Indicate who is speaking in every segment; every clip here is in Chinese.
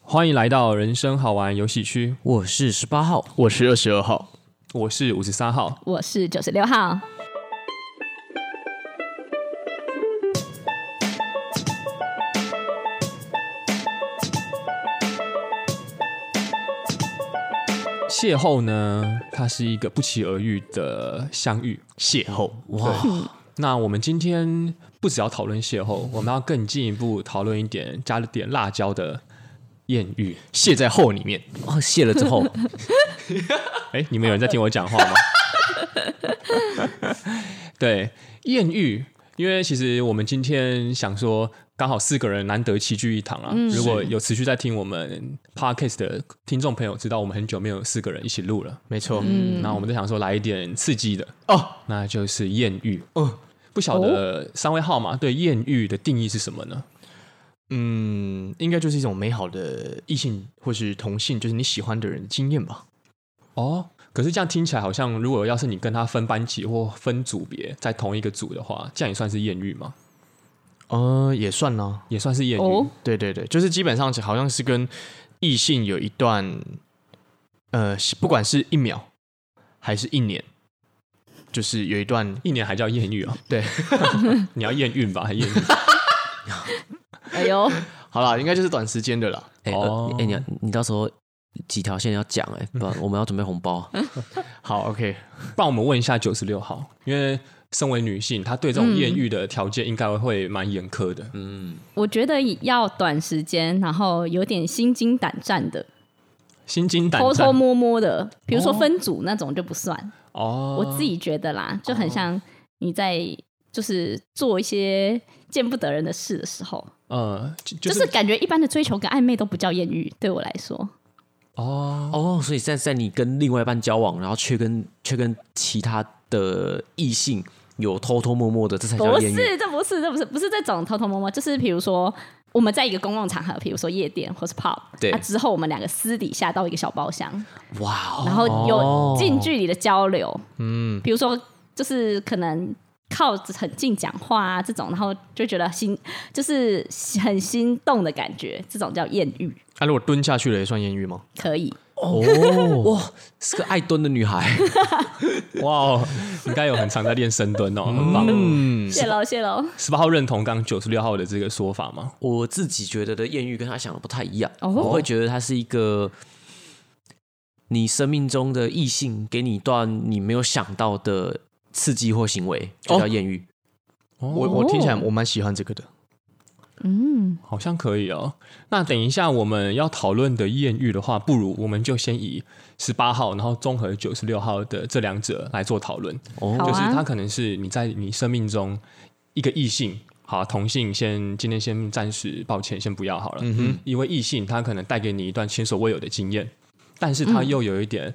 Speaker 1: 欢迎来到人生好玩游戏区，
Speaker 2: 我是十八号，
Speaker 3: 我是二十二号，
Speaker 1: 我是五十三号。
Speaker 4: 我是九十六号。
Speaker 1: 邂逅呢，它是一个不期而遇的相遇。
Speaker 3: 邂逅。
Speaker 2: 哇，
Speaker 1: 那我们今天不只要讨论邂逅，我们要更进一步讨论一点加了点辣椒的艳遇。
Speaker 3: 卸在后里面，
Speaker 2: 哦，谢了之后，
Speaker 1: 哎，你们有人在听我讲话吗？ 对，艳遇，因为其实我们今天想说，刚好四个人难得齐聚一堂啊。如果有持续在听我们 podcast 的听众朋友，知道我们很久没有四个人一起录了。
Speaker 3: 没错。
Speaker 1: 那我们就想说来一点刺激的，
Speaker 3: 哦，
Speaker 1: 那就是艳遇。哦，不晓得三位号码对艳遇的定义是什么呢？
Speaker 3: 嗯，应该就是一种美好的异性或是同性，就是你喜欢的人的经验吧。
Speaker 1: 哦，可是这样听起来好像，如果要是你跟他分班级或分组别，在同一个组的话，这样也算是艳遇吗？
Speaker 3: 呃，也算啦、
Speaker 1: 也算是艳遇。
Speaker 4: 哦，
Speaker 3: 对对对，就是基本上好像是跟异性有一段，呃，不管是一秒还是一年，就是有一段
Speaker 1: 一年还叫艳遇啊？
Speaker 3: 对，
Speaker 1: 你要验孕吧？还验孕？
Speaker 4: 哎呦，
Speaker 3: 好啦，应该就是短时间的啦。
Speaker 2: 哎、
Speaker 1: 哦
Speaker 2: 呃哎，你要你到时候几条线要讲哎、不然我们要准备红包。
Speaker 4: 嗯
Speaker 3: 好，OK，
Speaker 1: 帮我们问一下九十六号，因为身为女性，她对这种艳遇的条件应该会蛮严苛的。
Speaker 2: 嗯，
Speaker 4: 我觉得要短时间，然后有点心惊胆战的，
Speaker 1: 心惊胆
Speaker 4: 偷偷
Speaker 1: 战
Speaker 4: 摸摸的，比如说分组那种就不算。
Speaker 1: 哦，
Speaker 4: 我自己觉得啦，就很像你在就是做一些见不得人的事的时候，
Speaker 1: 呃，就
Speaker 4: 就、
Speaker 1: 就是是
Speaker 4: 感觉一般的追求跟暧昧都不叫艳遇，对我来说，
Speaker 1: 哦，
Speaker 2: 哦，所以在在你跟另外一半交往，然后却跟却跟其他的异性有偷偷摸摸的，这才叫
Speaker 4: 不
Speaker 2: 艳遇。
Speaker 4: 哦是，这不是，这不是，不是这种偷偷摸摸，就是比如说。我们在一个公共场合，比如说夜店或是 pub，
Speaker 2: 对
Speaker 4: 啊、之后我们两个私底下到一个小包厢，
Speaker 2: 哇哦，
Speaker 4: 然后有近距离的交流，嗯，比如说就是可能靠很近讲话啊这种，然后就觉得心就是很心动的感觉，这种叫艳遇，
Speaker 3: 那、啊如果蹲下去了也算艳遇吗？
Speaker 4: 可以。
Speaker 2: 哇，是个爱蹲的女孩。
Speaker 1: 哇哦，应该有很常在练深蹲哦，很棒。
Speaker 3: 嗯，
Speaker 4: 谢喽，谢喽。
Speaker 1: 十八号认同刚九十六号的这个说法吗？
Speaker 2: 我自己觉得的艳遇跟他想的不太一样，
Speaker 4: 哦
Speaker 2: 我会觉得它是一个你生命中的异性给你一段你没有想到的刺激或行为，就叫艳遇。
Speaker 3: 我我听起来我蛮喜欢这个的。
Speaker 4: 嗯，
Speaker 1: 好像可以哦。那等一下我们要讨论的艳遇的话，不如我们就先以十八号，然后综合九十六号的这两者来做讨论。
Speaker 2: 哦
Speaker 4: 好
Speaker 1: 就是
Speaker 4: 啊
Speaker 1: 它可能是你在你生命中一个异性，好同性先今天先暂时抱歉，先不要好了。嗯哼，因为异性他可能带给你一段前所未有的经验，但是他又有一
Speaker 4: 嗯
Speaker 1: 点、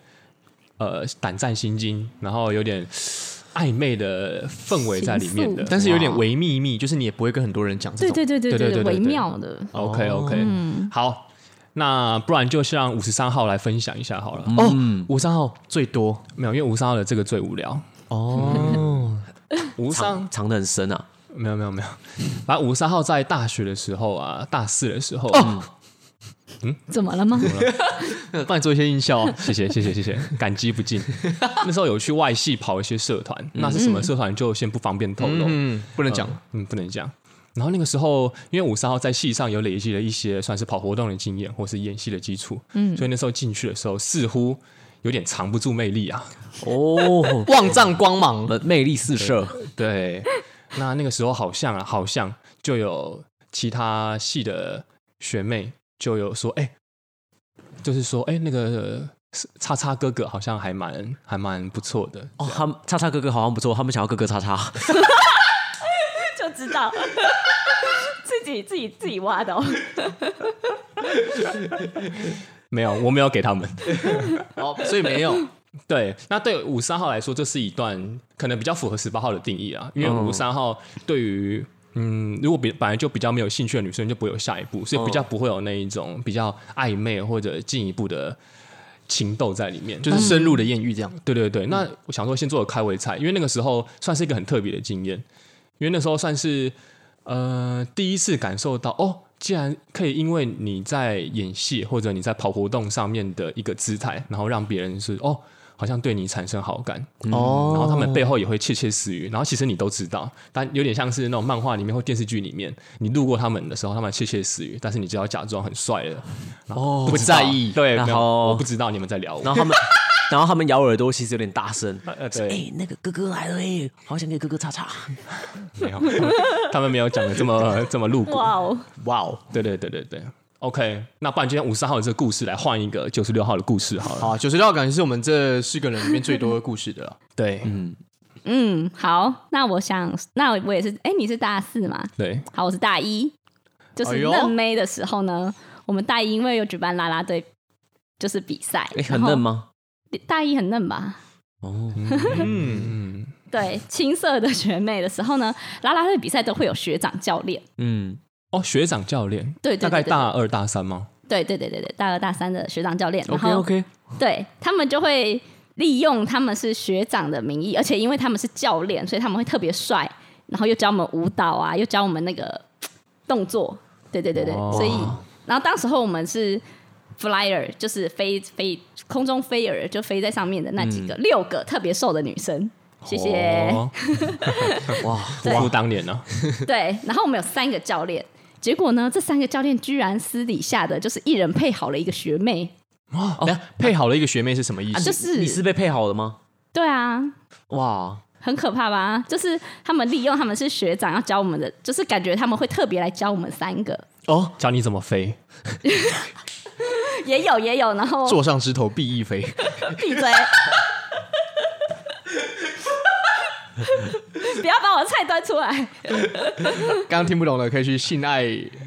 Speaker 1: 呃胆战心惊，然后有点暧昧的氛围在里面的
Speaker 4: 情愫。
Speaker 3: 但是有点微秘密，就是你也不会跟很多人讲这
Speaker 4: 对
Speaker 3: 种。
Speaker 4: 对对对
Speaker 1: 对对对对
Speaker 4: 微妙的。
Speaker 1: OK OK，、好，
Speaker 4: 哦
Speaker 1: 那不然就是让五十三号来分享一下好了。哦，
Speaker 3: 哦，五三号最多
Speaker 1: 没有，因为五十三号的这个最无聊。
Speaker 3: 哦，
Speaker 1: 五三
Speaker 2: 藏藏的很深啊。
Speaker 1: 没有没有没有，反正五十三号在大学的时候啊，大四的时候，
Speaker 4: 怎么了吗？
Speaker 1: 嗯
Speaker 3: 帮你做一些音效。
Speaker 1: 谢谢谢谢谢谢，感激不尽。 那时候有去外系跑一些社团，那是什么社团就先不方便透露，嗯
Speaker 3: 嗯，不能讲。
Speaker 1: 嗯，不能讲。然后那个时候，因为五三号在系上有累积了一些算是跑活动的经验，或是演戏的基础，嗯，所以那时候进去的时候似乎有点藏不住魅力啊，
Speaker 2: 哦，
Speaker 3: 望藏光芒，
Speaker 2: 魅力四射。
Speaker 1: 对，那那个时候好像啊，好像就有其他系的学妹就有说，哎、就是说，哎、那个呃叉叉哥哥好像还蛮还蛮不错的，
Speaker 2: 哦，他们叉叉哥哥好像不错，他们想要哥哥叉叉。
Speaker 4: 就知道 自己自己自己挖的、哦。
Speaker 1: 没有，我没有给他们。
Speaker 3: 哦， 所以没有。
Speaker 1: 对，那对五三号来说，这是一段可能比较符合十八号的定义啊，因为
Speaker 2: 嗯
Speaker 1: 五三号对于。嗯，如果比本来就比较没有兴趣的女生就不会有下一步，所以比较不会有那一种比较暧昧或者进一步的情斗在里面，
Speaker 3: 就是深入的艳遇这样。
Speaker 1: 对对对，那
Speaker 2: 嗯
Speaker 1: 我想说先做个开胃菜，因为那个时候算是一个很特别的经验，因为那时候算是呃第一次感受到哦，既然可以因为你在演戏或者你在跑活动上面的一个姿态，然后让别人是哦，好像对你产生好感，
Speaker 2: 哦
Speaker 1: 然后他们背后也会窃窃私语，然后其实你都知道，但有点像是那种漫画里面或电视剧里面，你路过他们的时候，他们窃窃私语，但是你只要假装很帅了，
Speaker 2: 哦
Speaker 1: 不知道
Speaker 2: 在意，
Speaker 1: 对，
Speaker 2: 然
Speaker 1: 没有我
Speaker 2: 后
Speaker 1: 不知道你们在聊我，
Speaker 2: 然后他们， 然后他们咬耳朵其实有点大声。
Speaker 1: 呃
Speaker 2: 哎、
Speaker 1: 对，
Speaker 2: 那个哥哥来了哎、好想给哥哥擦擦。
Speaker 1: 没有， 他们没有讲的这 么这么露骨，
Speaker 4: 哇哦，
Speaker 2: 哇哦，
Speaker 1: 对对对对对，OK，那不然今天五十号的这个故事来换一个九十六号的故事好了，
Speaker 3: 好，九十六号感觉是我们这四个人里面最多的故事的了。
Speaker 1: 对
Speaker 4: 嗯，好，那我想，那我也是，哎、你是大四嘛？
Speaker 1: 对，
Speaker 4: 好，我是大一，就
Speaker 3: 哎
Speaker 4: 是
Speaker 3: 呦
Speaker 4: 嫩妹的时候呢，我们大一因为有举办啦啦队，就是比赛，
Speaker 2: 哎、很嫩？吗？
Speaker 4: 大一很嫩吧？
Speaker 2: 哦，
Speaker 3: 嗯，
Speaker 1: 嗯，
Speaker 4: 对， 青涩的学妹的时候呢，啦啦队比赛都会有学长教练，
Speaker 2: 嗯，
Speaker 1: 哦，学长教练，
Speaker 4: 对对对
Speaker 1: 大概
Speaker 4: 对
Speaker 1: 大二大三吗？
Speaker 4: 对对对对对，大二大三的学长教练，然
Speaker 2: OK
Speaker 4: 后
Speaker 2: OK，
Speaker 4: 对他们就会利用他们是学长的名义，而且因为他们是教练，所以他们会特别帅，然后又教我们舞蹈啊，又教我们那个嘖动作。对对对对，
Speaker 1: 哇
Speaker 4: 所以然后当时候我们是 flyer，就是飞飞空中飞儿，就飞在上面的那几个、六个特别瘦的女生。谢谢。
Speaker 1: 哦
Speaker 2: 哇，
Speaker 1: 不
Speaker 4: 对
Speaker 1: 负当年呢、
Speaker 4: 对，然后我们有三个教练，结果呢，这三个教练居然私底下的就是一人配好了一个学妹，啊
Speaker 3: 等一下配好了一个学妹是什么意
Speaker 4: 就
Speaker 3: 思？
Speaker 4: 是
Speaker 2: 你是被配好的吗？
Speaker 4: 对啊，
Speaker 2: 哇，
Speaker 4: 很可怕吧？就是他们利用他们是学长要教我们的，就是感觉他们会特别来教我们三个，
Speaker 1: 哦，教你怎么飞，
Speaker 4: 也有也有，然后
Speaker 3: 座上枝头必一飞，
Speaker 4: 闭嘴，不要把我菜端出来。
Speaker 3: 刚刚听不懂的可以去性爱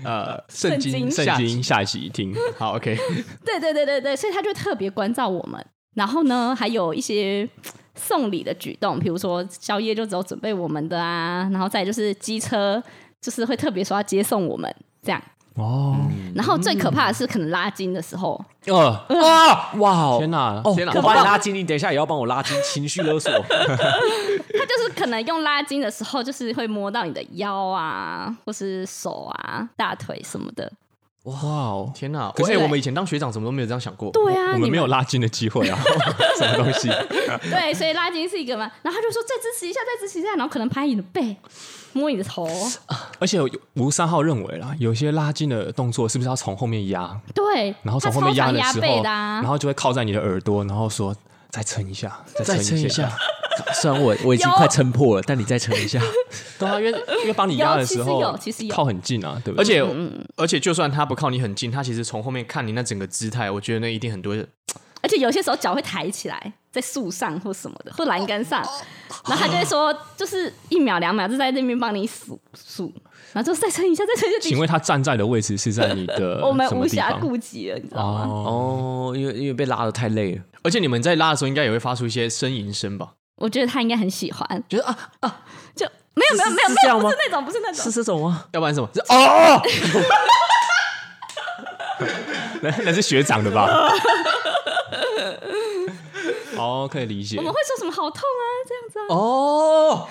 Speaker 3: 呃圣经
Speaker 4: 圣经
Speaker 1: 圣
Speaker 3: 下集
Speaker 1: 经下一集听，
Speaker 3: 好 OK，
Speaker 4: 对对对对对，所以他就特别关照我们。然后呢，还有一些嘖送礼的举动，比如说宵夜就只有准备我们的啊，然后再就是机车，就是会特别说要接送我们这样。
Speaker 1: 哦，
Speaker 4: 然后最可怕的是，可能拉筋的时候，
Speaker 1: 呃，
Speaker 2: 哇哇哦！
Speaker 1: 天哪，
Speaker 2: 哦，
Speaker 3: 天哪
Speaker 2: 我把你拉近，你等一下也要帮我拉近，情绪勒索。
Speaker 4: 他就是可能用拉筋的时候，就是会摸到你的腰啊，或是手啊、大腿什么的。
Speaker 1: 哇哦，
Speaker 3: 天哪！可是、
Speaker 4: 对
Speaker 3: 我们以前当学长怎么都没有这样想过。
Speaker 4: 对啊，
Speaker 1: 我
Speaker 4: 你
Speaker 1: 们没有拉筋的机 会啊，什么东西？
Speaker 4: 对，所以拉筋是一个嘛。然后他就说再支持一下，再支持一下，然后可能拍你的背，摸你的头。
Speaker 1: 而且吴三号认为啦，有些拉筋的动作是不是要从后面压，
Speaker 4: 对，
Speaker 1: 然后
Speaker 4: 他
Speaker 1: 从后面
Speaker 4: 超常
Speaker 1: 的
Speaker 4: 压
Speaker 1: 时
Speaker 4: 背
Speaker 1: 候，
Speaker 4: 的啊
Speaker 1: 然后就会靠在你的耳朵，然后说再撑一下，再撑一下，，
Speaker 2: 虽然我我已经
Speaker 4: 有
Speaker 2: 快撑破了，但你再撑一下。
Speaker 1: 对啊，因为因为帮你压的时候，
Speaker 4: 有其实有其实有
Speaker 1: 靠很近啊，对不
Speaker 3: 而
Speaker 1: 对？
Speaker 4: 嗯
Speaker 3: 且、而且，就算他不靠你很近，他其实从后面看你那整个姿态，我觉得那一定很多人
Speaker 4: 而且有些时候脚会抬起来，在树上或什么的，或栏 杆上，然后他就会说，就是一秒两秒就在那边帮你数数，然后就再撑一下，再撑一下。
Speaker 1: 请问他站在的位置是在你的
Speaker 4: 我们
Speaker 1: 什
Speaker 4: 无
Speaker 1: 么地
Speaker 4: 暇
Speaker 1: 方？
Speaker 4: 顾啊及了，你知道吗？
Speaker 1: 哦，
Speaker 2: 哦，因为因为被拉的太累了。
Speaker 3: 而且你们在拉的时候，应该也会发出一些呻吟声吧？
Speaker 4: 我觉得他应该很喜欢，
Speaker 3: 觉得啊，
Speaker 4: 就没有没有
Speaker 2: 是
Speaker 4: 没有
Speaker 2: 是
Speaker 4: 没有，
Speaker 2: 这样
Speaker 4: 不
Speaker 2: 吗
Speaker 4: 是那种，不是那种
Speaker 2: 是，这种吗？
Speaker 3: 要不然什么？是哦，
Speaker 1: 那那是学长的吧？ 哦，可以理解
Speaker 4: 我，们会说什么好痛啊，这样子啊，
Speaker 2: 哦，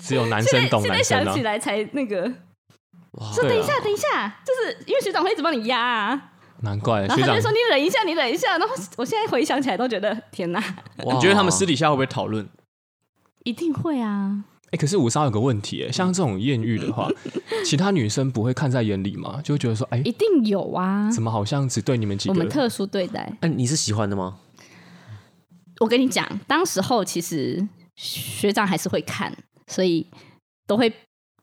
Speaker 1: 只有男
Speaker 4: 现
Speaker 1: 生
Speaker 4: 在
Speaker 1: 懂
Speaker 4: 现
Speaker 1: 男
Speaker 4: 在
Speaker 1: 生
Speaker 4: 想
Speaker 1: 啊
Speaker 4: 起。来才那个，说
Speaker 1: 对啊
Speaker 4: 等一下等一下，就是因为学长会一直帮你压啊，
Speaker 1: 难怪
Speaker 4: 然后
Speaker 1: 哎学
Speaker 4: 他
Speaker 1: 长
Speaker 4: 就说你忍一下，你忍一下，然后我现在回想起来都觉得天哪，
Speaker 2: 你
Speaker 3: 你觉得
Speaker 2: 哦
Speaker 3: 他们私底下会不会讨论？
Speaker 4: 一定会啊，
Speaker 1: 哎、可是五三有个问题，哎，像这种艳遇的 话，其他女生不会看在眼里嘛？就会觉得说，哎、
Speaker 4: 一定有啊，
Speaker 1: 怎么好像只对你们几
Speaker 4: 我
Speaker 1: 个
Speaker 4: 们
Speaker 1: 人？
Speaker 4: 特殊对待。
Speaker 2: 哎、你是喜欢的吗？
Speaker 4: 我跟你讲，当时候其实学长还是会看，所以都会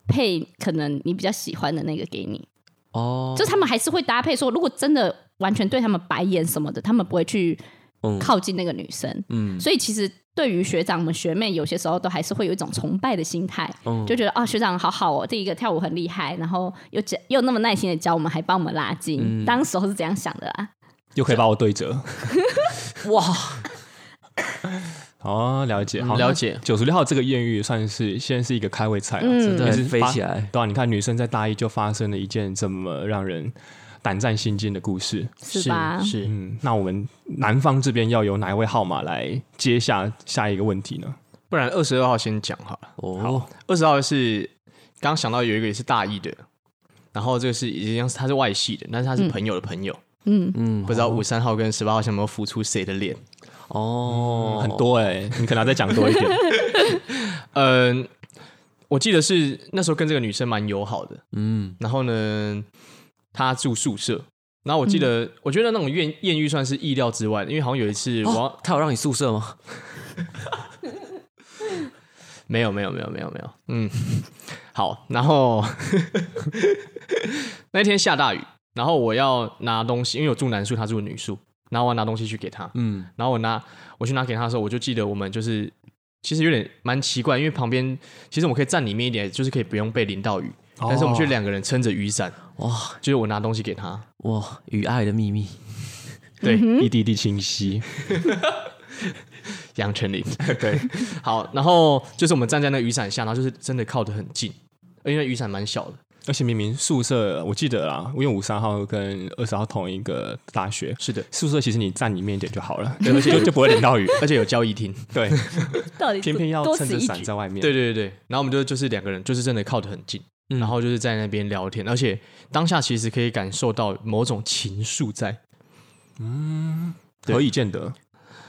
Speaker 4: 配可能你比较喜欢的那个给你。
Speaker 2: 哦，
Speaker 4: 就是他们还是会搭配说，如果真的完全对他们白眼什么的，他们不会去
Speaker 2: 嗯
Speaker 4: 靠近那个女生。
Speaker 2: 嗯
Speaker 4: 所以其实对于学长们、学妹，有些时候都还是会有一种崇拜的心态，
Speaker 2: 嗯
Speaker 4: 就觉得啊、学长好好哦，第一个跳舞很厉害，然后又教又那么耐心的教我们，还帮我们拉筋。
Speaker 2: 嗯
Speaker 4: 当时候是这样想的啦。
Speaker 1: 又可以把我对折。
Speaker 2: 哇，
Speaker 1: 哦，了解，好
Speaker 3: 嗯了解
Speaker 1: 九十六号这个艳遇算是先是一个开胃菜、啊，
Speaker 4: 嗯
Speaker 1: 真的
Speaker 2: 对
Speaker 1: 也是
Speaker 2: 飞
Speaker 1: 发
Speaker 2: 起来
Speaker 1: 对啊，你看女生在大一就发生了一件这么让人胆战心惊的故事。
Speaker 4: 是吧
Speaker 3: 是
Speaker 1: 嗯，那我们男方这边要由哪一位号码来接下下一个问题呢？
Speaker 3: 不然二十二号先讲好了。
Speaker 2: 哦，
Speaker 3: 二十号是刚想到有一个也是大一的，然后这个是已经他是外系的，但是他是朋友的朋友，
Speaker 4: 嗯，
Speaker 2: 嗯，
Speaker 3: 不知道五三号跟十八号想有没有浮出谁的脸。
Speaker 2: 哦，
Speaker 1: 很多哎、你可能要再讲多一点。
Speaker 3: 嗯，我记得是那时候跟这个女生蛮友好的，
Speaker 2: 嗯，
Speaker 3: 然后呢，她住宿舍。然后我记得，我觉得那种艳艳遇算是意料之外的，因为好像有一次我要、
Speaker 2: 哦，他有让你宿舍吗？
Speaker 3: 没有没有没有没有没有，嗯， 好，然后 那天下大雨，然后我要拿东西，因为我住男宿，她住女宿，然后我要拿东西去给她，
Speaker 2: 嗯，
Speaker 3: 然后我拿我去拿给她的时候，我就记得我们就是其实有点蛮奇怪，因为旁边其实我们可以站里面一点，就是可以不用被淋到雨，
Speaker 1: 哦
Speaker 3: 但是我们却两个人撑着雨伞，
Speaker 2: 哇
Speaker 3: 就是我拿东西给她，
Speaker 2: 哇，与爱的秘密，
Speaker 3: 对，
Speaker 1: 一滴一滴清晰，
Speaker 3: 杨丞琳。
Speaker 1: 对，
Speaker 3: 好，然后就是我们站在那个雨伞下，然后就是真的靠得很近，因为雨伞蛮小的。
Speaker 1: 而且明明宿舍我记得啦，因为五三号跟二十号同一个大学，
Speaker 3: 是的，
Speaker 1: 宿舍其实你站里面一点就好了，对而且就就不会淋到雨。
Speaker 3: 而且有交易厅。
Speaker 1: 对，
Speaker 4: 到底
Speaker 1: 偏偏要
Speaker 4: 多
Speaker 1: 撑
Speaker 4: 此
Speaker 1: 着
Speaker 4: 一
Speaker 1: 伞
Speaker 4: 举，
Speaker 1: 在外面。
Speaker 3: 对对对对，然后我们就就是两个人，就是真的靠得很近，然后就是在那边聊天，而且当下其实可以感受到某种情愫在。
Speaker 1: 何以见得？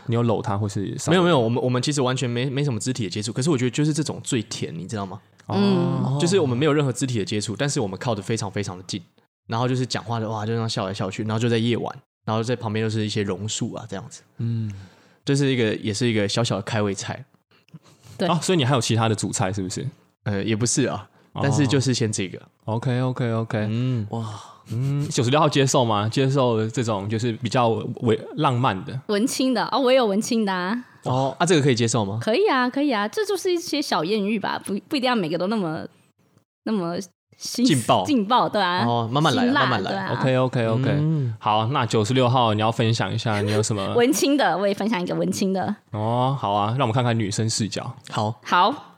Speaker 1: 你有搂他或是
Speaker 3: 没有没有，我们我们其实完全没没什么肢体的接触，可是我觉得就是这种最甜，你知道吗？
Speaker 1: 哦
Speaker 4: 嗯，
Speaker 3: 就是我们没有任何肢体的接触，但是我们靠得非常非常的近，然后就是讲话的哇，就这样笑来笑去，然后就在夜晚，然后在旁边就是一些榕树啊这样子，
Speaker 2: 嗯，
Speaker 3: 这、是一个也是一个小小的开胃菜，
Speaker 4: 对
Speaker 1: 啊？所以你还有其他的主菜是不是？
Speaker 3: 呃，也不是啊，
Speaker 1: 哦
Speaker 3: 但是就是先这个，
Speaker 1: OK OK OK，
Speaker 3: 嗯，
Speaker 2: 哇，
Speaker 1: 嗯，九十六号接受吗？接受这种就是比较为浪漫的
Speaker 4: 文青的哦，我也有文青的啊，
Speaker 3: 哦，啊，这个可以接受吗？
Speaker 4: 可以啊，可以啊，这就是一些小艳遇吧，不不一定要每个都那么那么新
Speaker 3: 劲爆
Speaker 4: 劲爆，对啊，
Speaker 3: 哦，慢慢来啊，
Speaker 4: 辛辣
Speaker 3: 慢慢来
Speaker 4: 对啊
Speaker 1: ，OK OK OK，、
Speaker 3: 嗯
Speaker 1: 好，那九十六号你要分享一下你有什么
Speaker 4: 文青的，我也分享一个文青的，
Speaker 1: 哦？好啊，让我们看看女生视角。
Speaker 3: 好，
Speaker 4: 好，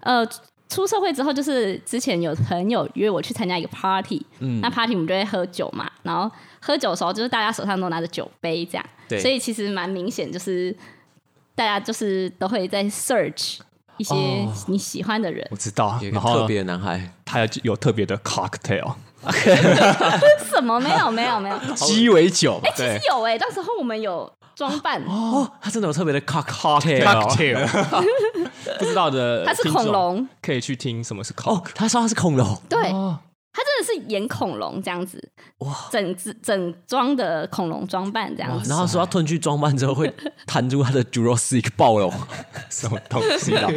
Speaker 4: 呃，出社会之后，就是之前有朋友约我去参加一个 party，
Speaker 2: 嗯
Speaker 4: 那 party 我们就会喝酒嘛，然后喝酒的时候，就是大家手上都拿着酒杯这样，
Speaker 2: 对
Speaker 4: 所以其实蛮明显，就是大家就是都会在 search 一些
Speaker 2: 哦
Speaker 4: 你喜欢的人，
Speaker 1: 我知道
Speaker 2: 有一个
Speaker 1: 然后
Speaker 2: 特
Speaker 1: 呢
Speaker 2: 别的男孩，
Speaker 1: 他有有特别的 cocktail
Speaker 4: 什么没有没 有没有，
Speaker 3: 鸡尾酒
Speaker 4: 其实有哎、到时候我们有装扮，
Speaker 2: 哦，他真的有特别的
Speaker 4: 哎
Speaker 2: cocktail，
Speaker 1: cocktail，不 知道的
Speaker 4: 他是
Speaker 1: 听
Speaker 4: 恐
Speaker 1: 众
Speaker 4: 龙，
Speaker 1: 可以去听什么是 cock。
Speaker 2: 哦，他说他是恐龙，
Speaker 4: 对，
Speaker 1: 哦
Speaker 4: 他真的是演恐龙这样子，
Speaker 2: 哇
Speaker 4: 整只整装的恐龙装扮这样
Speaker 2: 哇
Speaker 4: 子，
Speaker 2: 然后说他吞去装扮之后会弹出他的 Jurassic 暴龙，
Speaker 1: 什么东西啊？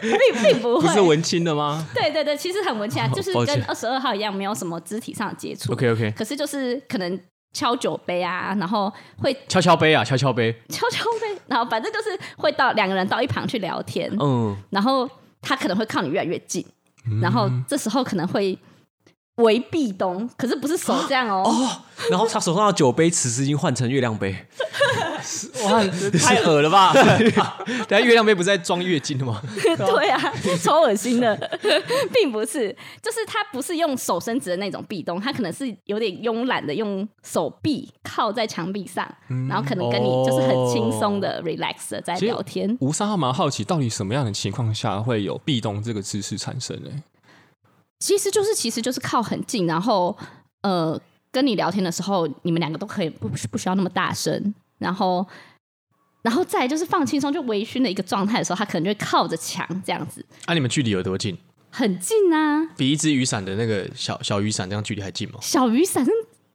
Speaker 4: 并并不会，
Speaker 1: 不是文青的吗？
Speaker 4: 对对对，其实很文气啊，就是
Speaker 2: 抱
Speaker 4: 跟
Speaker 2: 歉
Speaker 4: 二十二号一样，没有什么肢体上的接触。
Speaker 3: ，OK OK，
Speaker 4: 可是就是可能敲酒杯啊，然后会
Speaker 3: 敲敲杯啊，敲敲杯，
Speaker 4: 敲酒杯， 然后反正就是会到两个人到一旁去聊天，
Speaker 2: 嗯，
Speaker 4: 然后他可能会靠你越来越近，然后这时候可能会围壁咚，可是不是手这样哦，
Speaker 2: 然后他手上的酒杯此时已经换成月亮杯，
Speaker 1: 哇，太恶了吧！
Speaker 3: 等下月亮杯不是在装月经的吗？
Speaker 4: 对啊，超恶心 的，并不是，就是他不是用手伸直的那种壁咚，他可能是有点慵懒的用手臂靠在墙壁上，然后可能跟你就是很轻松的、relax 的在
Speaker 1: 其实
Speaker 4: 聊天。
Speaker 1: 吴三号蛮好奇，到底什么样的情况下会有壁咚这个姿势产生呢？
Speaker 4: 其实就是其实就是靠很近，然后呃跟你聊天的时候，你们两个都可以不不需要那么大声，然后。然后再来就是放轻松，就微醺的一个状态的时候，他可能就会靠着墙这样子，
Speaker 3: 啊，你们距离有多近？
Speaker 4: 很近啊，
Speaker 3: 比一只雨伞的那个小小雨伞这样距离还近吗？
Speaker 4: 小雨伞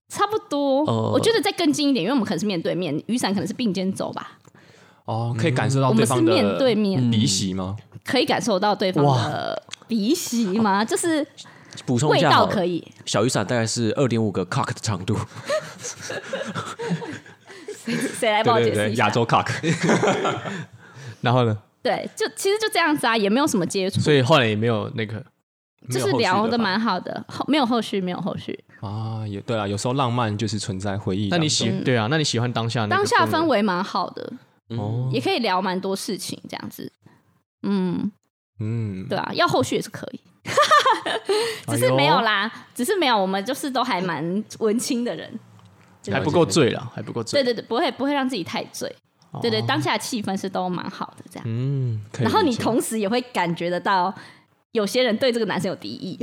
Speaker 4: 差不多，
Speaker 2: 呃
Speaker 4: 我觉得再更近一点，因为我们可能是面对面，雨伞可能是并肩走吧，
Speaker 1: 哦，可以感受到
Speaker 4: 我
Speaker 1: 对
Speaker 4: 们是
Speaker 1: 方的
Speaker 4: 面对面，
Speaker 1: 鼻息吗？
Speaker 4: 可以感受到对方的鼻息吗？就是
Speaker 2: 补充一
Speaker 4: 味
Speaker 2: 下
Speaker 4: 道
Speaker 2: 好了，
Speaker 4: 可以，
Speaker 2: 小雨伞大概是二点五个 cock 的长度，
Speaker 4: 谁来帮我解释一下？
Speaker 1: 亚洲 cock，
Speaker 3: 然后呢？
Speaker 4: 对，就其实就这样子啊，也没有什么接触，
Speaker 3: 所以后来也没有那个
Speaker 1: 没
Speaker 4: 就
Speaker 1: 有
Speaker 4: 是
Speaker 1: 后续
Speaker 4: 聊
Speaker 1: 的
Speaker 4: 的
Speaker 1: 吧
Speaker 4: 蛮好的，后没有后续，没有后续。
Speaker 1: 啊，也对啊，有时候浪漫就是存在回忆当中。
Speaker 3: 那你喜对啊？那你喜欢当
Speaker 1: 嗯
Speaker 3: 下那个
Speaker 4: 当下氛
Speaker 3: 围
Speaker 4: 围蛮好的，
Speaker 2: 哦，
Speaker 4: 也可以聊蛮多事情这样子。嗯，
Speaker 1: 嗯，
Speaker 4: 对啊，要后续也是可以，只
Speaker 3: 哎
Speaker 4: 是
Speaker 3: 呦
Speaker 4: 没有啦，只是没有，我们就是都还蛮文青的人。
Speaker 3: 还不够醉了，还不够
Speaker 4: 对
Speaker 3: 醉。
Speaker 4: 对对，不会不会让自己太醉。对对，当下的气氛是都蛮好的这样。
Speaker 3: 哦嗯，
Speaker 1: 可以
Speaker 4: 然后
Speaker 1: 理
Speaker 4: 你
Speaker 1: 解
Speaker 4: 同时也会感觉得到，有些人对这个男生有敌意，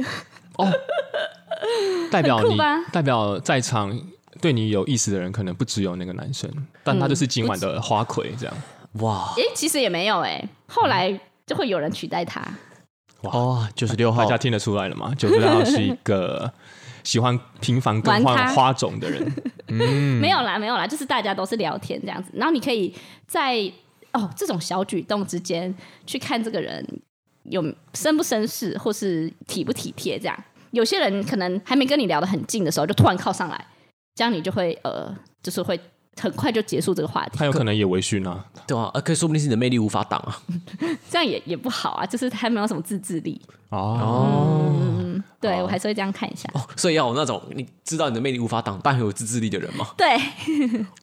Speaker 1: 代表
Speaker 4: 很酷
Speaker 1: 你
Speaker 4: 吧
Speaker 1: 代表在场对你有意思的人可能不只有那个男生，但他就是今晚
Speaker 4: 嗯
Speaker 1: 的花魁这样。
Speaker 2: 哇，
Speaker 4: 诶，其实也没有哎、后来就会有人取代他。
Speaker 3: 哦，九十六号
Speaker 1: 大，家听得出来了吗？九哥他是一个喜欢频繁更
Speaker 4: 玩
Speaker 1: 换
Speaker 4: 咖
Speaker 1: 花种的人。
Speaker 4: 没有啦，没有啦，就是大家都是聊天这样子，然后你可以在哦这种小举动之间去看这个人有绅不绅士，或是体不体贴这样。有些人可能还没跟你聊得很近的时候，就突然靠上来，这样你就会呃，就是会很快就结束这个话题
Speaker 1: 他，有可能也微醺啊，
Speaker 2: 对啊，呃，可以说不定是你的魅力无法挡啊。
Speaker 4: 这样也也不好啊，就是他没有什么自制力。
Speaker 1: 哦，
Speaker 4: 嗯，对我还是会这样看一下。
Speaker 2: 哦，所以要有那种你知道你的魅力无法挡，但很有自制力的人嘛。
Speaker 4: 对，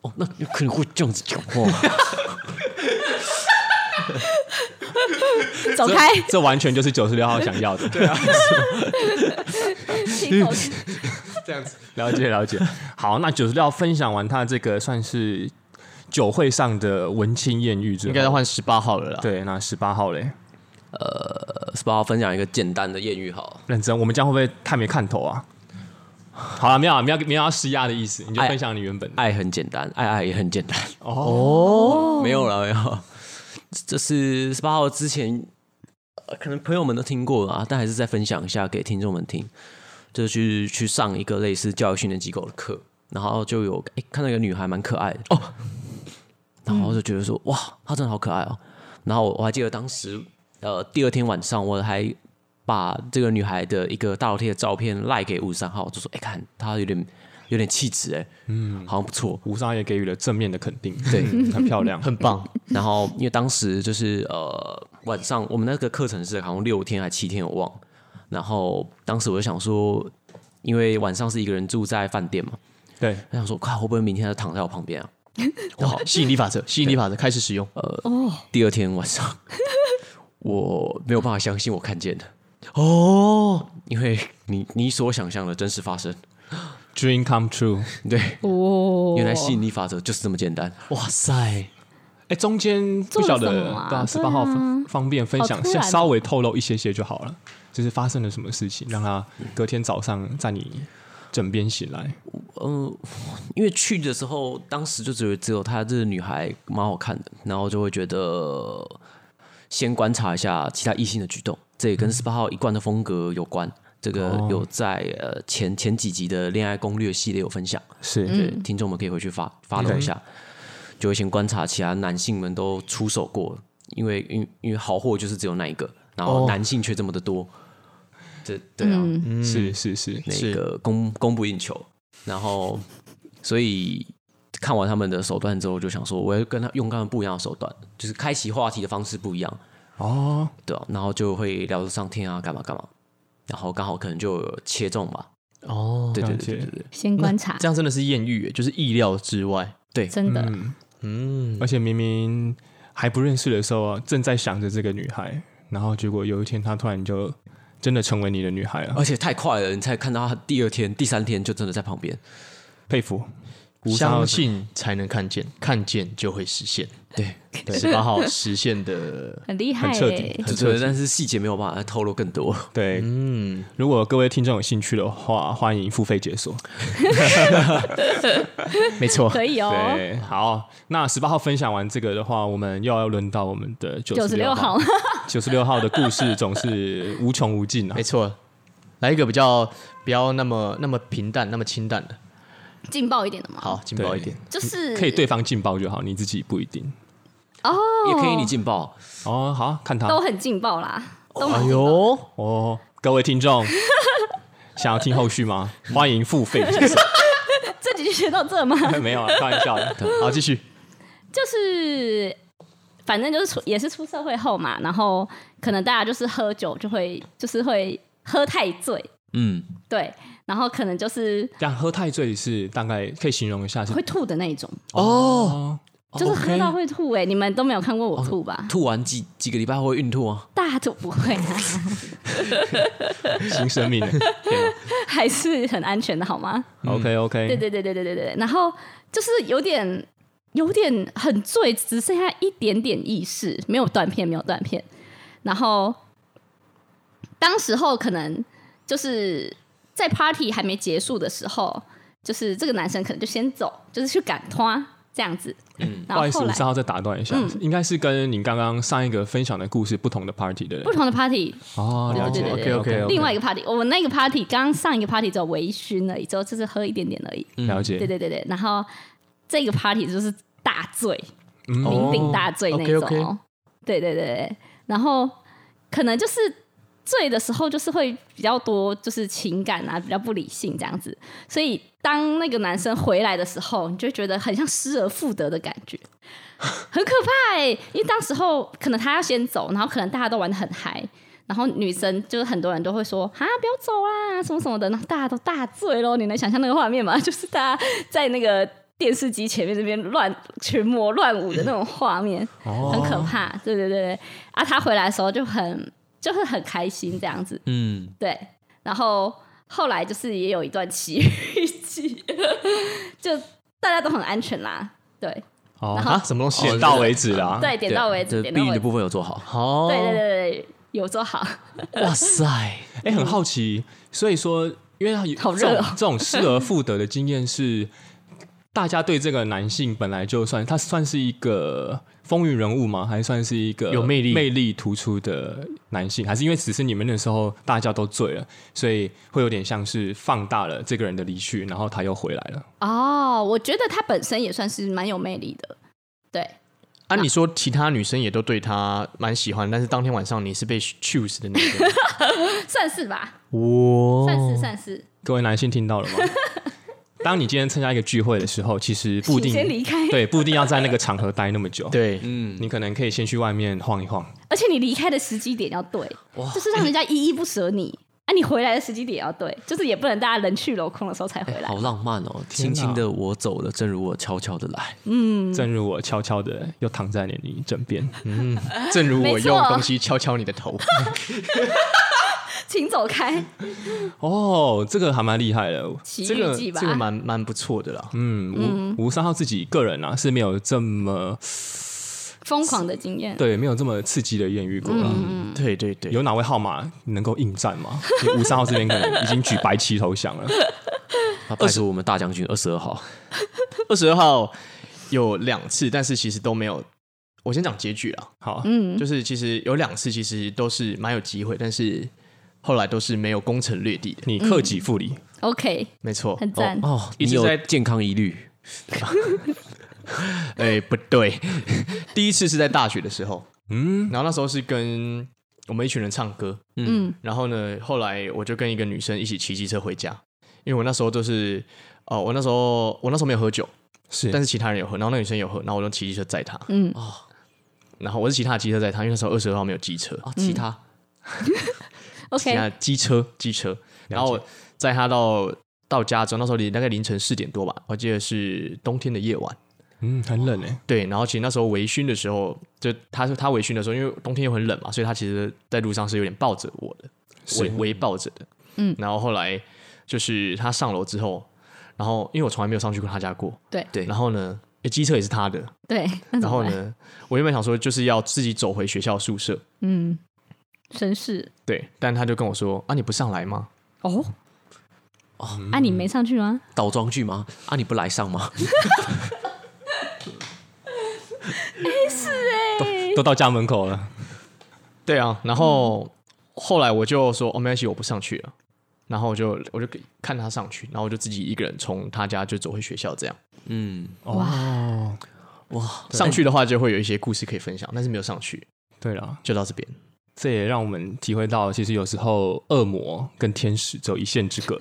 Speaker 2: 哦，那有可能会这样子讲 话。
Speaker 4: 走开，
Speaker 1: 这完全就是九十六号想要的。
Speaker 4: 亲口
Speaker 1: 了解了解。好，那九十六号分享完他这个算是酒会上的文青艳遇之
Speaker 3: 应该要
Speaker 1: 后，
Speaker 3: 换十八号了啦。
Speaker 1: 对，那十八号嘞，
Speaker 2: 十八号分享一个简单的艳遇好了，
Speaker 1: 认真，我们这样会不会太没看头啊？好了，没有啊没有没有要施压的意思，你就
Speaker 2: 哎
Speaker 1: 分享你原本的。
Speaker 2: 爱很简单，爱爱也很简单。
Speaker 1: 哦，
Speaker 2: 没有了，没有。这是十八号之前、呃可能朋友们都听过了啊，但还是再分享一下给听众们听。就是去去上一个类似教育训练机构的课，然后就有哎、看到一个女孩蛮可爱的哦，然后我就觉得说哇，她真的好可爱哦。然后我我还记得当时呃第二天晚上我还把这个女孩的一个大头贴的照片赖给五十三号，就说哎、看她有点有点气质哎，嗯，好像不错。
Speaker 1: 吴莎也给予了正面的肯定，
Speaker 2: 对
Speaker 1: 嗯，很漂亮，
Speaker 3: 很棒，
Speaker 2: 然后因为当时就是呃晚上我们那个课程是好像六天还七天我忘了，然后当时我就想说，因为晚上是一个人住在饭店嘛，
Speaker 1: 对，
Speaker 2: 我想说，快会不会明天他就躺在我旁边啊？
Speaker 3: 哇，吸引力法则，吸引力法则开始使用。
Speaker 2: 第二天晚上我没有办法相信我看见的哦， 因为你你所想象的真实发生，
Speaker 1: Dream come true。
Speaker 2: 对，
Speaker 4: 哦
Speaker 2: 原来吸引力法则就是这么简单，
Speaker 3: 哇塞，
Speaker 1: 哎，中间不晓得
Speaker 4: 做了什么啊
Speaker 1: 对啊，十
Speaker 4: 对
Speaker 1: 八
Speaker 4: 啊
Speaker 1: 号方方便分享
Speaker 4: 好，突然哦
Speaker 1: 稍微透露一些些就好了。就是发生了什么事情，让他隔天早上在你枕边醒来。
Speaker 2: 因为去的时候，当时就只有只有她这个女孩蛮好看的，然后就会觉得呃先观察一下其他异性的举动，这也跟十八号一贯的风格有关。这个有在呃前前几集的恋爱攻略系列有分享，
Speaker 4: 嗯
Speaker 1: 是，
Speaker 2: 对，听众们可以回去发发了一下，就会先观察其他男性们都出手过，因为因为因为好货就是只有那一个，然后男性却这么的多，这对啊，
Speaker 4: 嗯
Speaker 1: 是是是，
Speaker 3: 嗯
Speaker 2: 那个供供不应求，然后所以看完他们的手段之后，就想说我要跟他用他们不一样的手段，就是开启话题的方式不一样，
Speaker 1: 哦，
Speaker 2: 对啊，然后就会聊得上天啊，干嘛干嘛，然后刚好可能就有切中吧，
Speaker 3: 哦，
Speaker 2: 对对
Speaker 1: 了
Speaker 2: 对
Speaker 1: 解
Speaker 2: 对对
Speaker 4: 先观察
Speaker 3: 这，样真的是艳遇耶，就是意料之外。
Speaker 4: 真的
Speaker 3: 嗯，
Speaker 1: 而且明明还不认识的时候啊，正在想着这个女孩，然后结果有一天她突然就真的成为你的女孩
Speaker 4: 哦
Speaker 1: 了，
Speaker 2: 而且太快了，你才看到他第二天、第三天就真的在旁边，
Speaker 1: 佩服。无伤
Speaker 3: 相信才能看见，看见就会实现。
Speaker 2: 对，
Speaker 3: 十八 号实现的，
Speaker 4: 很厉害
Speaker 1: 很彻底
Speaker 4: 耶
Speaker 1: 很
Speaker 2: 对
Speaker 1: 彻
Speaker 2: 对，
Speaker 1: 底
Speaker 2: 但是细节没有办法透露更
Speaker 4: 哦
Speaker 2: 多，
Speaker 1: 对，
Speaker 3: 嗯，
Speaker 1: 如果各位听众有兴趣的话，欢迎付费解锁。
Speaker 3: 没错，
Speaker 4: 可以哦。
Speaker 1: 对，好，那十八号分享完这个的话，我们又要轮到我们的九
Speaker 4: 九十六
Speaker 1: 号
Speaker 4: 号。，
Speaker 1: 九十六号的故事总是无穷无尽啊
Speaker 3: 没。错。来一个比较不要那么那么平淡、那么清淡的，
Speaker 4: 劲爆一点的嘛，
Speaker 3: 好，劲爆一点。
Speaker 4: 就是
Speaker 1: 可以对方劲爆就好，你自己不一定。
Speaker 2: 也可以你劲爆，
Speaker 1: 哦，好，看他
Speaker 4: 都很劲爆啦，都蛮
Speaker 3: 哎 呦，
Speaker 1: 哦，各位听众 想要听后续吗？欢迎付费解锁。
Speaker 4: 这集就学到这吗？
Speaker 1: 没有啊，开玩笑的。
Speaker 3: 好，继续。
Speaker 4: 就是反正就是出也是出社会后嘛，然后可能大家就是喝酒就会就是会喝太醉，
Speaker 2: 嗯，
Speaker 4: 对，然后可能就是
Speaker 1: 这样喝太醉是大概可以形容一下是
Speaker 4: 会吐的那一种，
Speaker 1: 哦，
Speaker 4: 就是喝到会吐哎、你们都没有看过我吐吧？
Speaker 2: 吐完几几个礼拜会孕吐啊，
Speaker 4: 大吐不会啊，
Speaker 1: 新生命了。
Speaker 4: 还是很安全的好吗？
Speaker 1: OK
Speaker 4: 对
Speaker 1: OK，
Speaker 4: 对对对对对对，
Speaker 1: 嗯
Speaker 4: 然后就是有点有点很醉，只剩下一点点意识，没有断片，没有断片。然后当时候可能就是在 party 还没结束的时候，就是这个男生可能就先走，就是去赶拖这样子。嗯，
Speaker 1: 不
Speaker 4: 然
Speaker 1: 好
Speaker 4: 后
Speaker 1: 意思，
Speaker 4: 后
Speaker 1: 我
Speaker 4: 来嗯
Speaker 1: 稍后再打断一下，应该是跟你刚刚上一个分享的故事不同的 party 的人
Speaker 4: 不同的 party，
Speaker 1: 哦，了解
Speaker 4: 对对对
Speaker 1: OK
Speaker 4: 另外一个 party，我们那个 party 刚刚上一个 party 只有微醺而已，之后就是喝一点点而已。
Speaker 1: 了解，
Speaker 4: 对对对对，然后这个 party 就是大醉，
Speaker 1: 嗯
Speaker 4: 酩酊大醉那种、哦。
Speaker 3: OK，OK
Speaker 4: 对对对对，然后可能就是醉的时候，就是会比较多，就是情感啊，比较不理性这样子。所以当那个男生回来的时候，你就会觉得很像失而复得的感觉，很可怕、欸。因为当时候可能他要先走，然后可能大家都玩的很嗨。然后女生就是很多人都会说啊，不要走啦，什么什么的，然后大家都大醉喽。你能想象那个画面吗？ 就是大家在那个电视机前面那边乱群魔乱舞的那种画面，很
Speaker 2: 哦
Speaker 4: 可怕。对对对对，啊，他回来的时候就很就是很开心这样子，
Speaker 2: 嗯，
Speaker 4: 对。然后后来就是也有一段奇遇记， 就大家都很安全啦，对
Speaker 1: 哦
Speaker 4: 然后
Speaker 3: 啊，什么东西？
Speaker 1: 点到为止
Speaker 2: 啊
Speaker 1: 啦，
Speaker 4: 对，点到为止，
Speaker 2: 这
Speaker 4: 点
Speaker 2: 避
Speaker 4: 到
Speaker 2: 孕
Speaker 4: 为
Speaker 2: 的
Speaker 4: 止，
Speaker 2: 部分哦有做好。
Speaker 3: 好，
Speaker 4: 对对对对对，有做好，
Speaker 3: 哇塞，
Speaker 1: 哎、很好奇，所以说，因为它有
Speaker 4: 嗯好
Speaker 1: 这
Speaker 4: 热
Speaker 1: 种
Speaker 4: 哦
Speaker 1: 这种失而复得的经验是，大家对这个男性本来就算他算是一个风云人物吗？还算是一个
Speaker 3: 有魅力
Speaker 1: 魅力突出的男性？还是因为只是你们那时候大家都醉了，所以会有点像是放大了这个人的离去，然后他又回来了？
Speaker 4: 哦，我觉得她本身也算是蛮有魅力的，对，
Speaker 3: 啊，你说其他女生也都对他蛮喜欢，但是当天晚上你是被 choose 的那 个，
Speaker 4: 算是吧，
Speaker 3: 哇，
Speaker 4: 算
Speaker 2: 哦
Speaker 4: 是算是，
Speaker 1: 各位男性听到了 吗？当你今天参加一个聚会的时候，其实不一
Speaker 4: 请先
Speaker 1: 定
Speaker 4: 离开，
Speaker 1: 对，不一定要在那个场合待那么久。，
Speaker 3: 对，
Speaker 2: 嗯，
Speaker 1: 你可能可以先去外面晃一晃。
Speaker 4: 而且你离开的时机点要对，就是让人家依依不舍你。啊，你回来的时机点要对，就是也不能大家人去楼空的时候才回
Speaker 2: 哎
Speaker 4: 来。
Speaker 2: 好浪漫哦！轻轻的我走了，正如我悄悄的来。
Speaker 1: 正如我悄悄的又躺在你你枕边，
Speaker 3: 正如我
Speaker 4: 没错
Speaker 3: 用东西敲敲你的 头，
Speaker 4: 请走开，
Speaker 1: 哦，这个还蛮厉害的。
Speaker 4: 奇
Speaker 3: 这
Speaker 4: 遇
Speaker 3: 个
Speaker 4: 记吧。
Speaker 3: 这个蛮蛮不错的啦。
Speaker 1: 嗯，吴吴三号自己个人啊是没有这么
Speaker 4: 疯狂的经验。
Speaker 1: 对没有这么刺激的艳遇过
Speaker 4: 嗯
Speaker 1: 啦。
Speaker 3: 对对对，
Speaker 1: 有哪位号码能够应战吗？因为吴三号这边可能已经举白旗投降 了。
Speaker 2: 啊拜托我们大将军二十二号，
Speaker 3: 二十二号有两次，但是其实都没有。我先讲结局啦，
Speaker 1: 好，
Speaker 4: 嗯，
Speaker 3: 就是其实有两次其实都是蛮有机会，但是后来都是没有攻城略地的。
Speaker 1: 你克己复礼，
Speaker 4: OK，
Speaker 3: 没错，
Speaker 4: 很赞。嗯
Speaker 2: 哦，
Speaker 3: 一
Speaker 2: 你
Speaker 3: 直
Speaker 2: 有
Speaker 3: 在
Speaker 2: 健康疑虑，
Speaker 3: 哎、不对， 第一次是在大学的时候，嗯，然后那时候是跟我们一群人唱歌，
Speaker 4: 嗯，
Speaker 3: 然后呢，后来我就跟一个女生一起骑机车回家，因为我那时候就是，哦，我那时候我那时候没有喝酒，
Speaker 1: 是
Speaker 3: 但是其他人有喝，然后那女生有喝，然后我就骑机车载她，
Speaker 4: 嗯
Speaker 3: 然后我是骑她的机车载她，因为那时候二十二号没有机车，
Speaker 4: 哦
Speaker 2: 啊，其他
Speaker 3: 骑她
Speaker 4: OK，
Speaker 3: 的机车机车，然后载她到到家之后，那时候凌大概凌晨四点多吧，我记得是冬天的夜晚。
Speaker 1: 嗯很冷哎、
Speaker 3: 对，然后其实那时候微醺的时候，就他说他微醺的时候，因为冬天又很冷嘛，所以他其实在路上是有点抱着我的，
Speaker 1: 是
Speaker 3: 微微抱着的。
Speaker 4: 嗯
Speaker 3: 然后后来就是他上楼之后，然后因为我从来没有上去过他家过，
Speaker 4: 对
Speaker 2: 对
Speaker 3: 然后呢，诶机车也是他的，
Speaker 4: 对。那
Speaker 3: 然
Speaker 4: 怎么
Speaker 3: 后
Speaker 4: 办？
Speaker 3: 呢，我原本想说就是要自己走回学校宿舍，
Speaker 4: 嗯，绅士
Speaker 3: 对，但他就跟我说啊，你不上来吗？
Speaker 4: 哦。
Speaker 3: 哦
Speaker 4: 啊，
Speaker 3: 嗯
Speaker 4: 你没上 去吗？
Speaker 2: 倒装句吗？啊，你不来上吗？
Speaker 4: 哎
Speaker 1: 都到家门口了，
Speaker 3: 对啊，然后、后来我就说哦，没关系，我不上去了。然后我就我就看他上去，然后我就自己一个人从他家就走回学校这样。
Speaker 2: 嗯，
Speaker 1: 哦，
Speaker 2: 哇，
Speaker 3: 上去的话就会有一些故事可以分享，但是没有上去，
Speaker 1: 对了，
Speaker 3: 就到这边。
Speaker 1: 这也让我们体会到，其实有时候恶魔跟天使只有一线之 隔。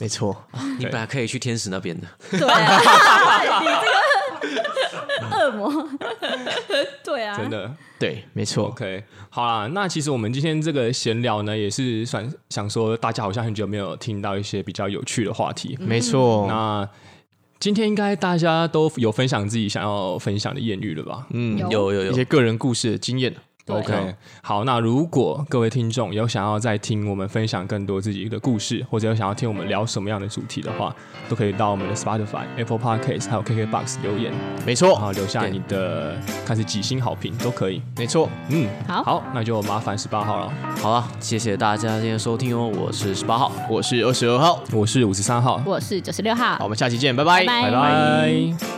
Speaker 3: 没错，
Speaker 2: 你本来可以去天使那边的，
Speaker 4: 对啊，你这个 恶魔，对啊，
Speaker 1: 真的，
Speaker 3: 对，没错，
Speaker 1: OK，好啦，那其实我们今天这个闲聊呢，也是算想说，大家好像很久没有听到一些比较有趣的话题。
Speaker 3: 没错。
Speaker 1: 那今天应该大家都有分享自己想要分享的艳遇了吧？
Speaker 3: 嗯
Speaker 4: 有
Speaker 2: 有有
Speaker 3: 一
Speaker 2: 有
Speaker 3: 些个人故事的经验，啊
Speaker 4: 对
Speaker 1: OK，好，那如果各位听众有想要再听我们分享更多自己的故事，或者有想要听我们聊什么样的主题的话，都可以到我们的 Spotify、Apple Podcast 还有 KKBox 留言，
Speaker 3: 没
Speaker 1: 然
Speaker 3: 错，
Speaker 1: 后留下
Speaker 2: 对
Speaker 1: 你的看是几星好评都可以。
Speaker 3: 没错，
Speaker 1: 嗯，
Speaker 4: 好
Speaker 1: 好，那就麻烦十八号了。
Speaker 2: 好了，谢谢大家今天的收听哦，我是十八号，
Speaker 3: 我是二十二号，
Speaker 1: 我是五十三号，
Speaker 4: 我是九十六号，
Speaker 3: 好，我们下期见，
Speaker 4: 拜拜
Speaker 1: 拜拜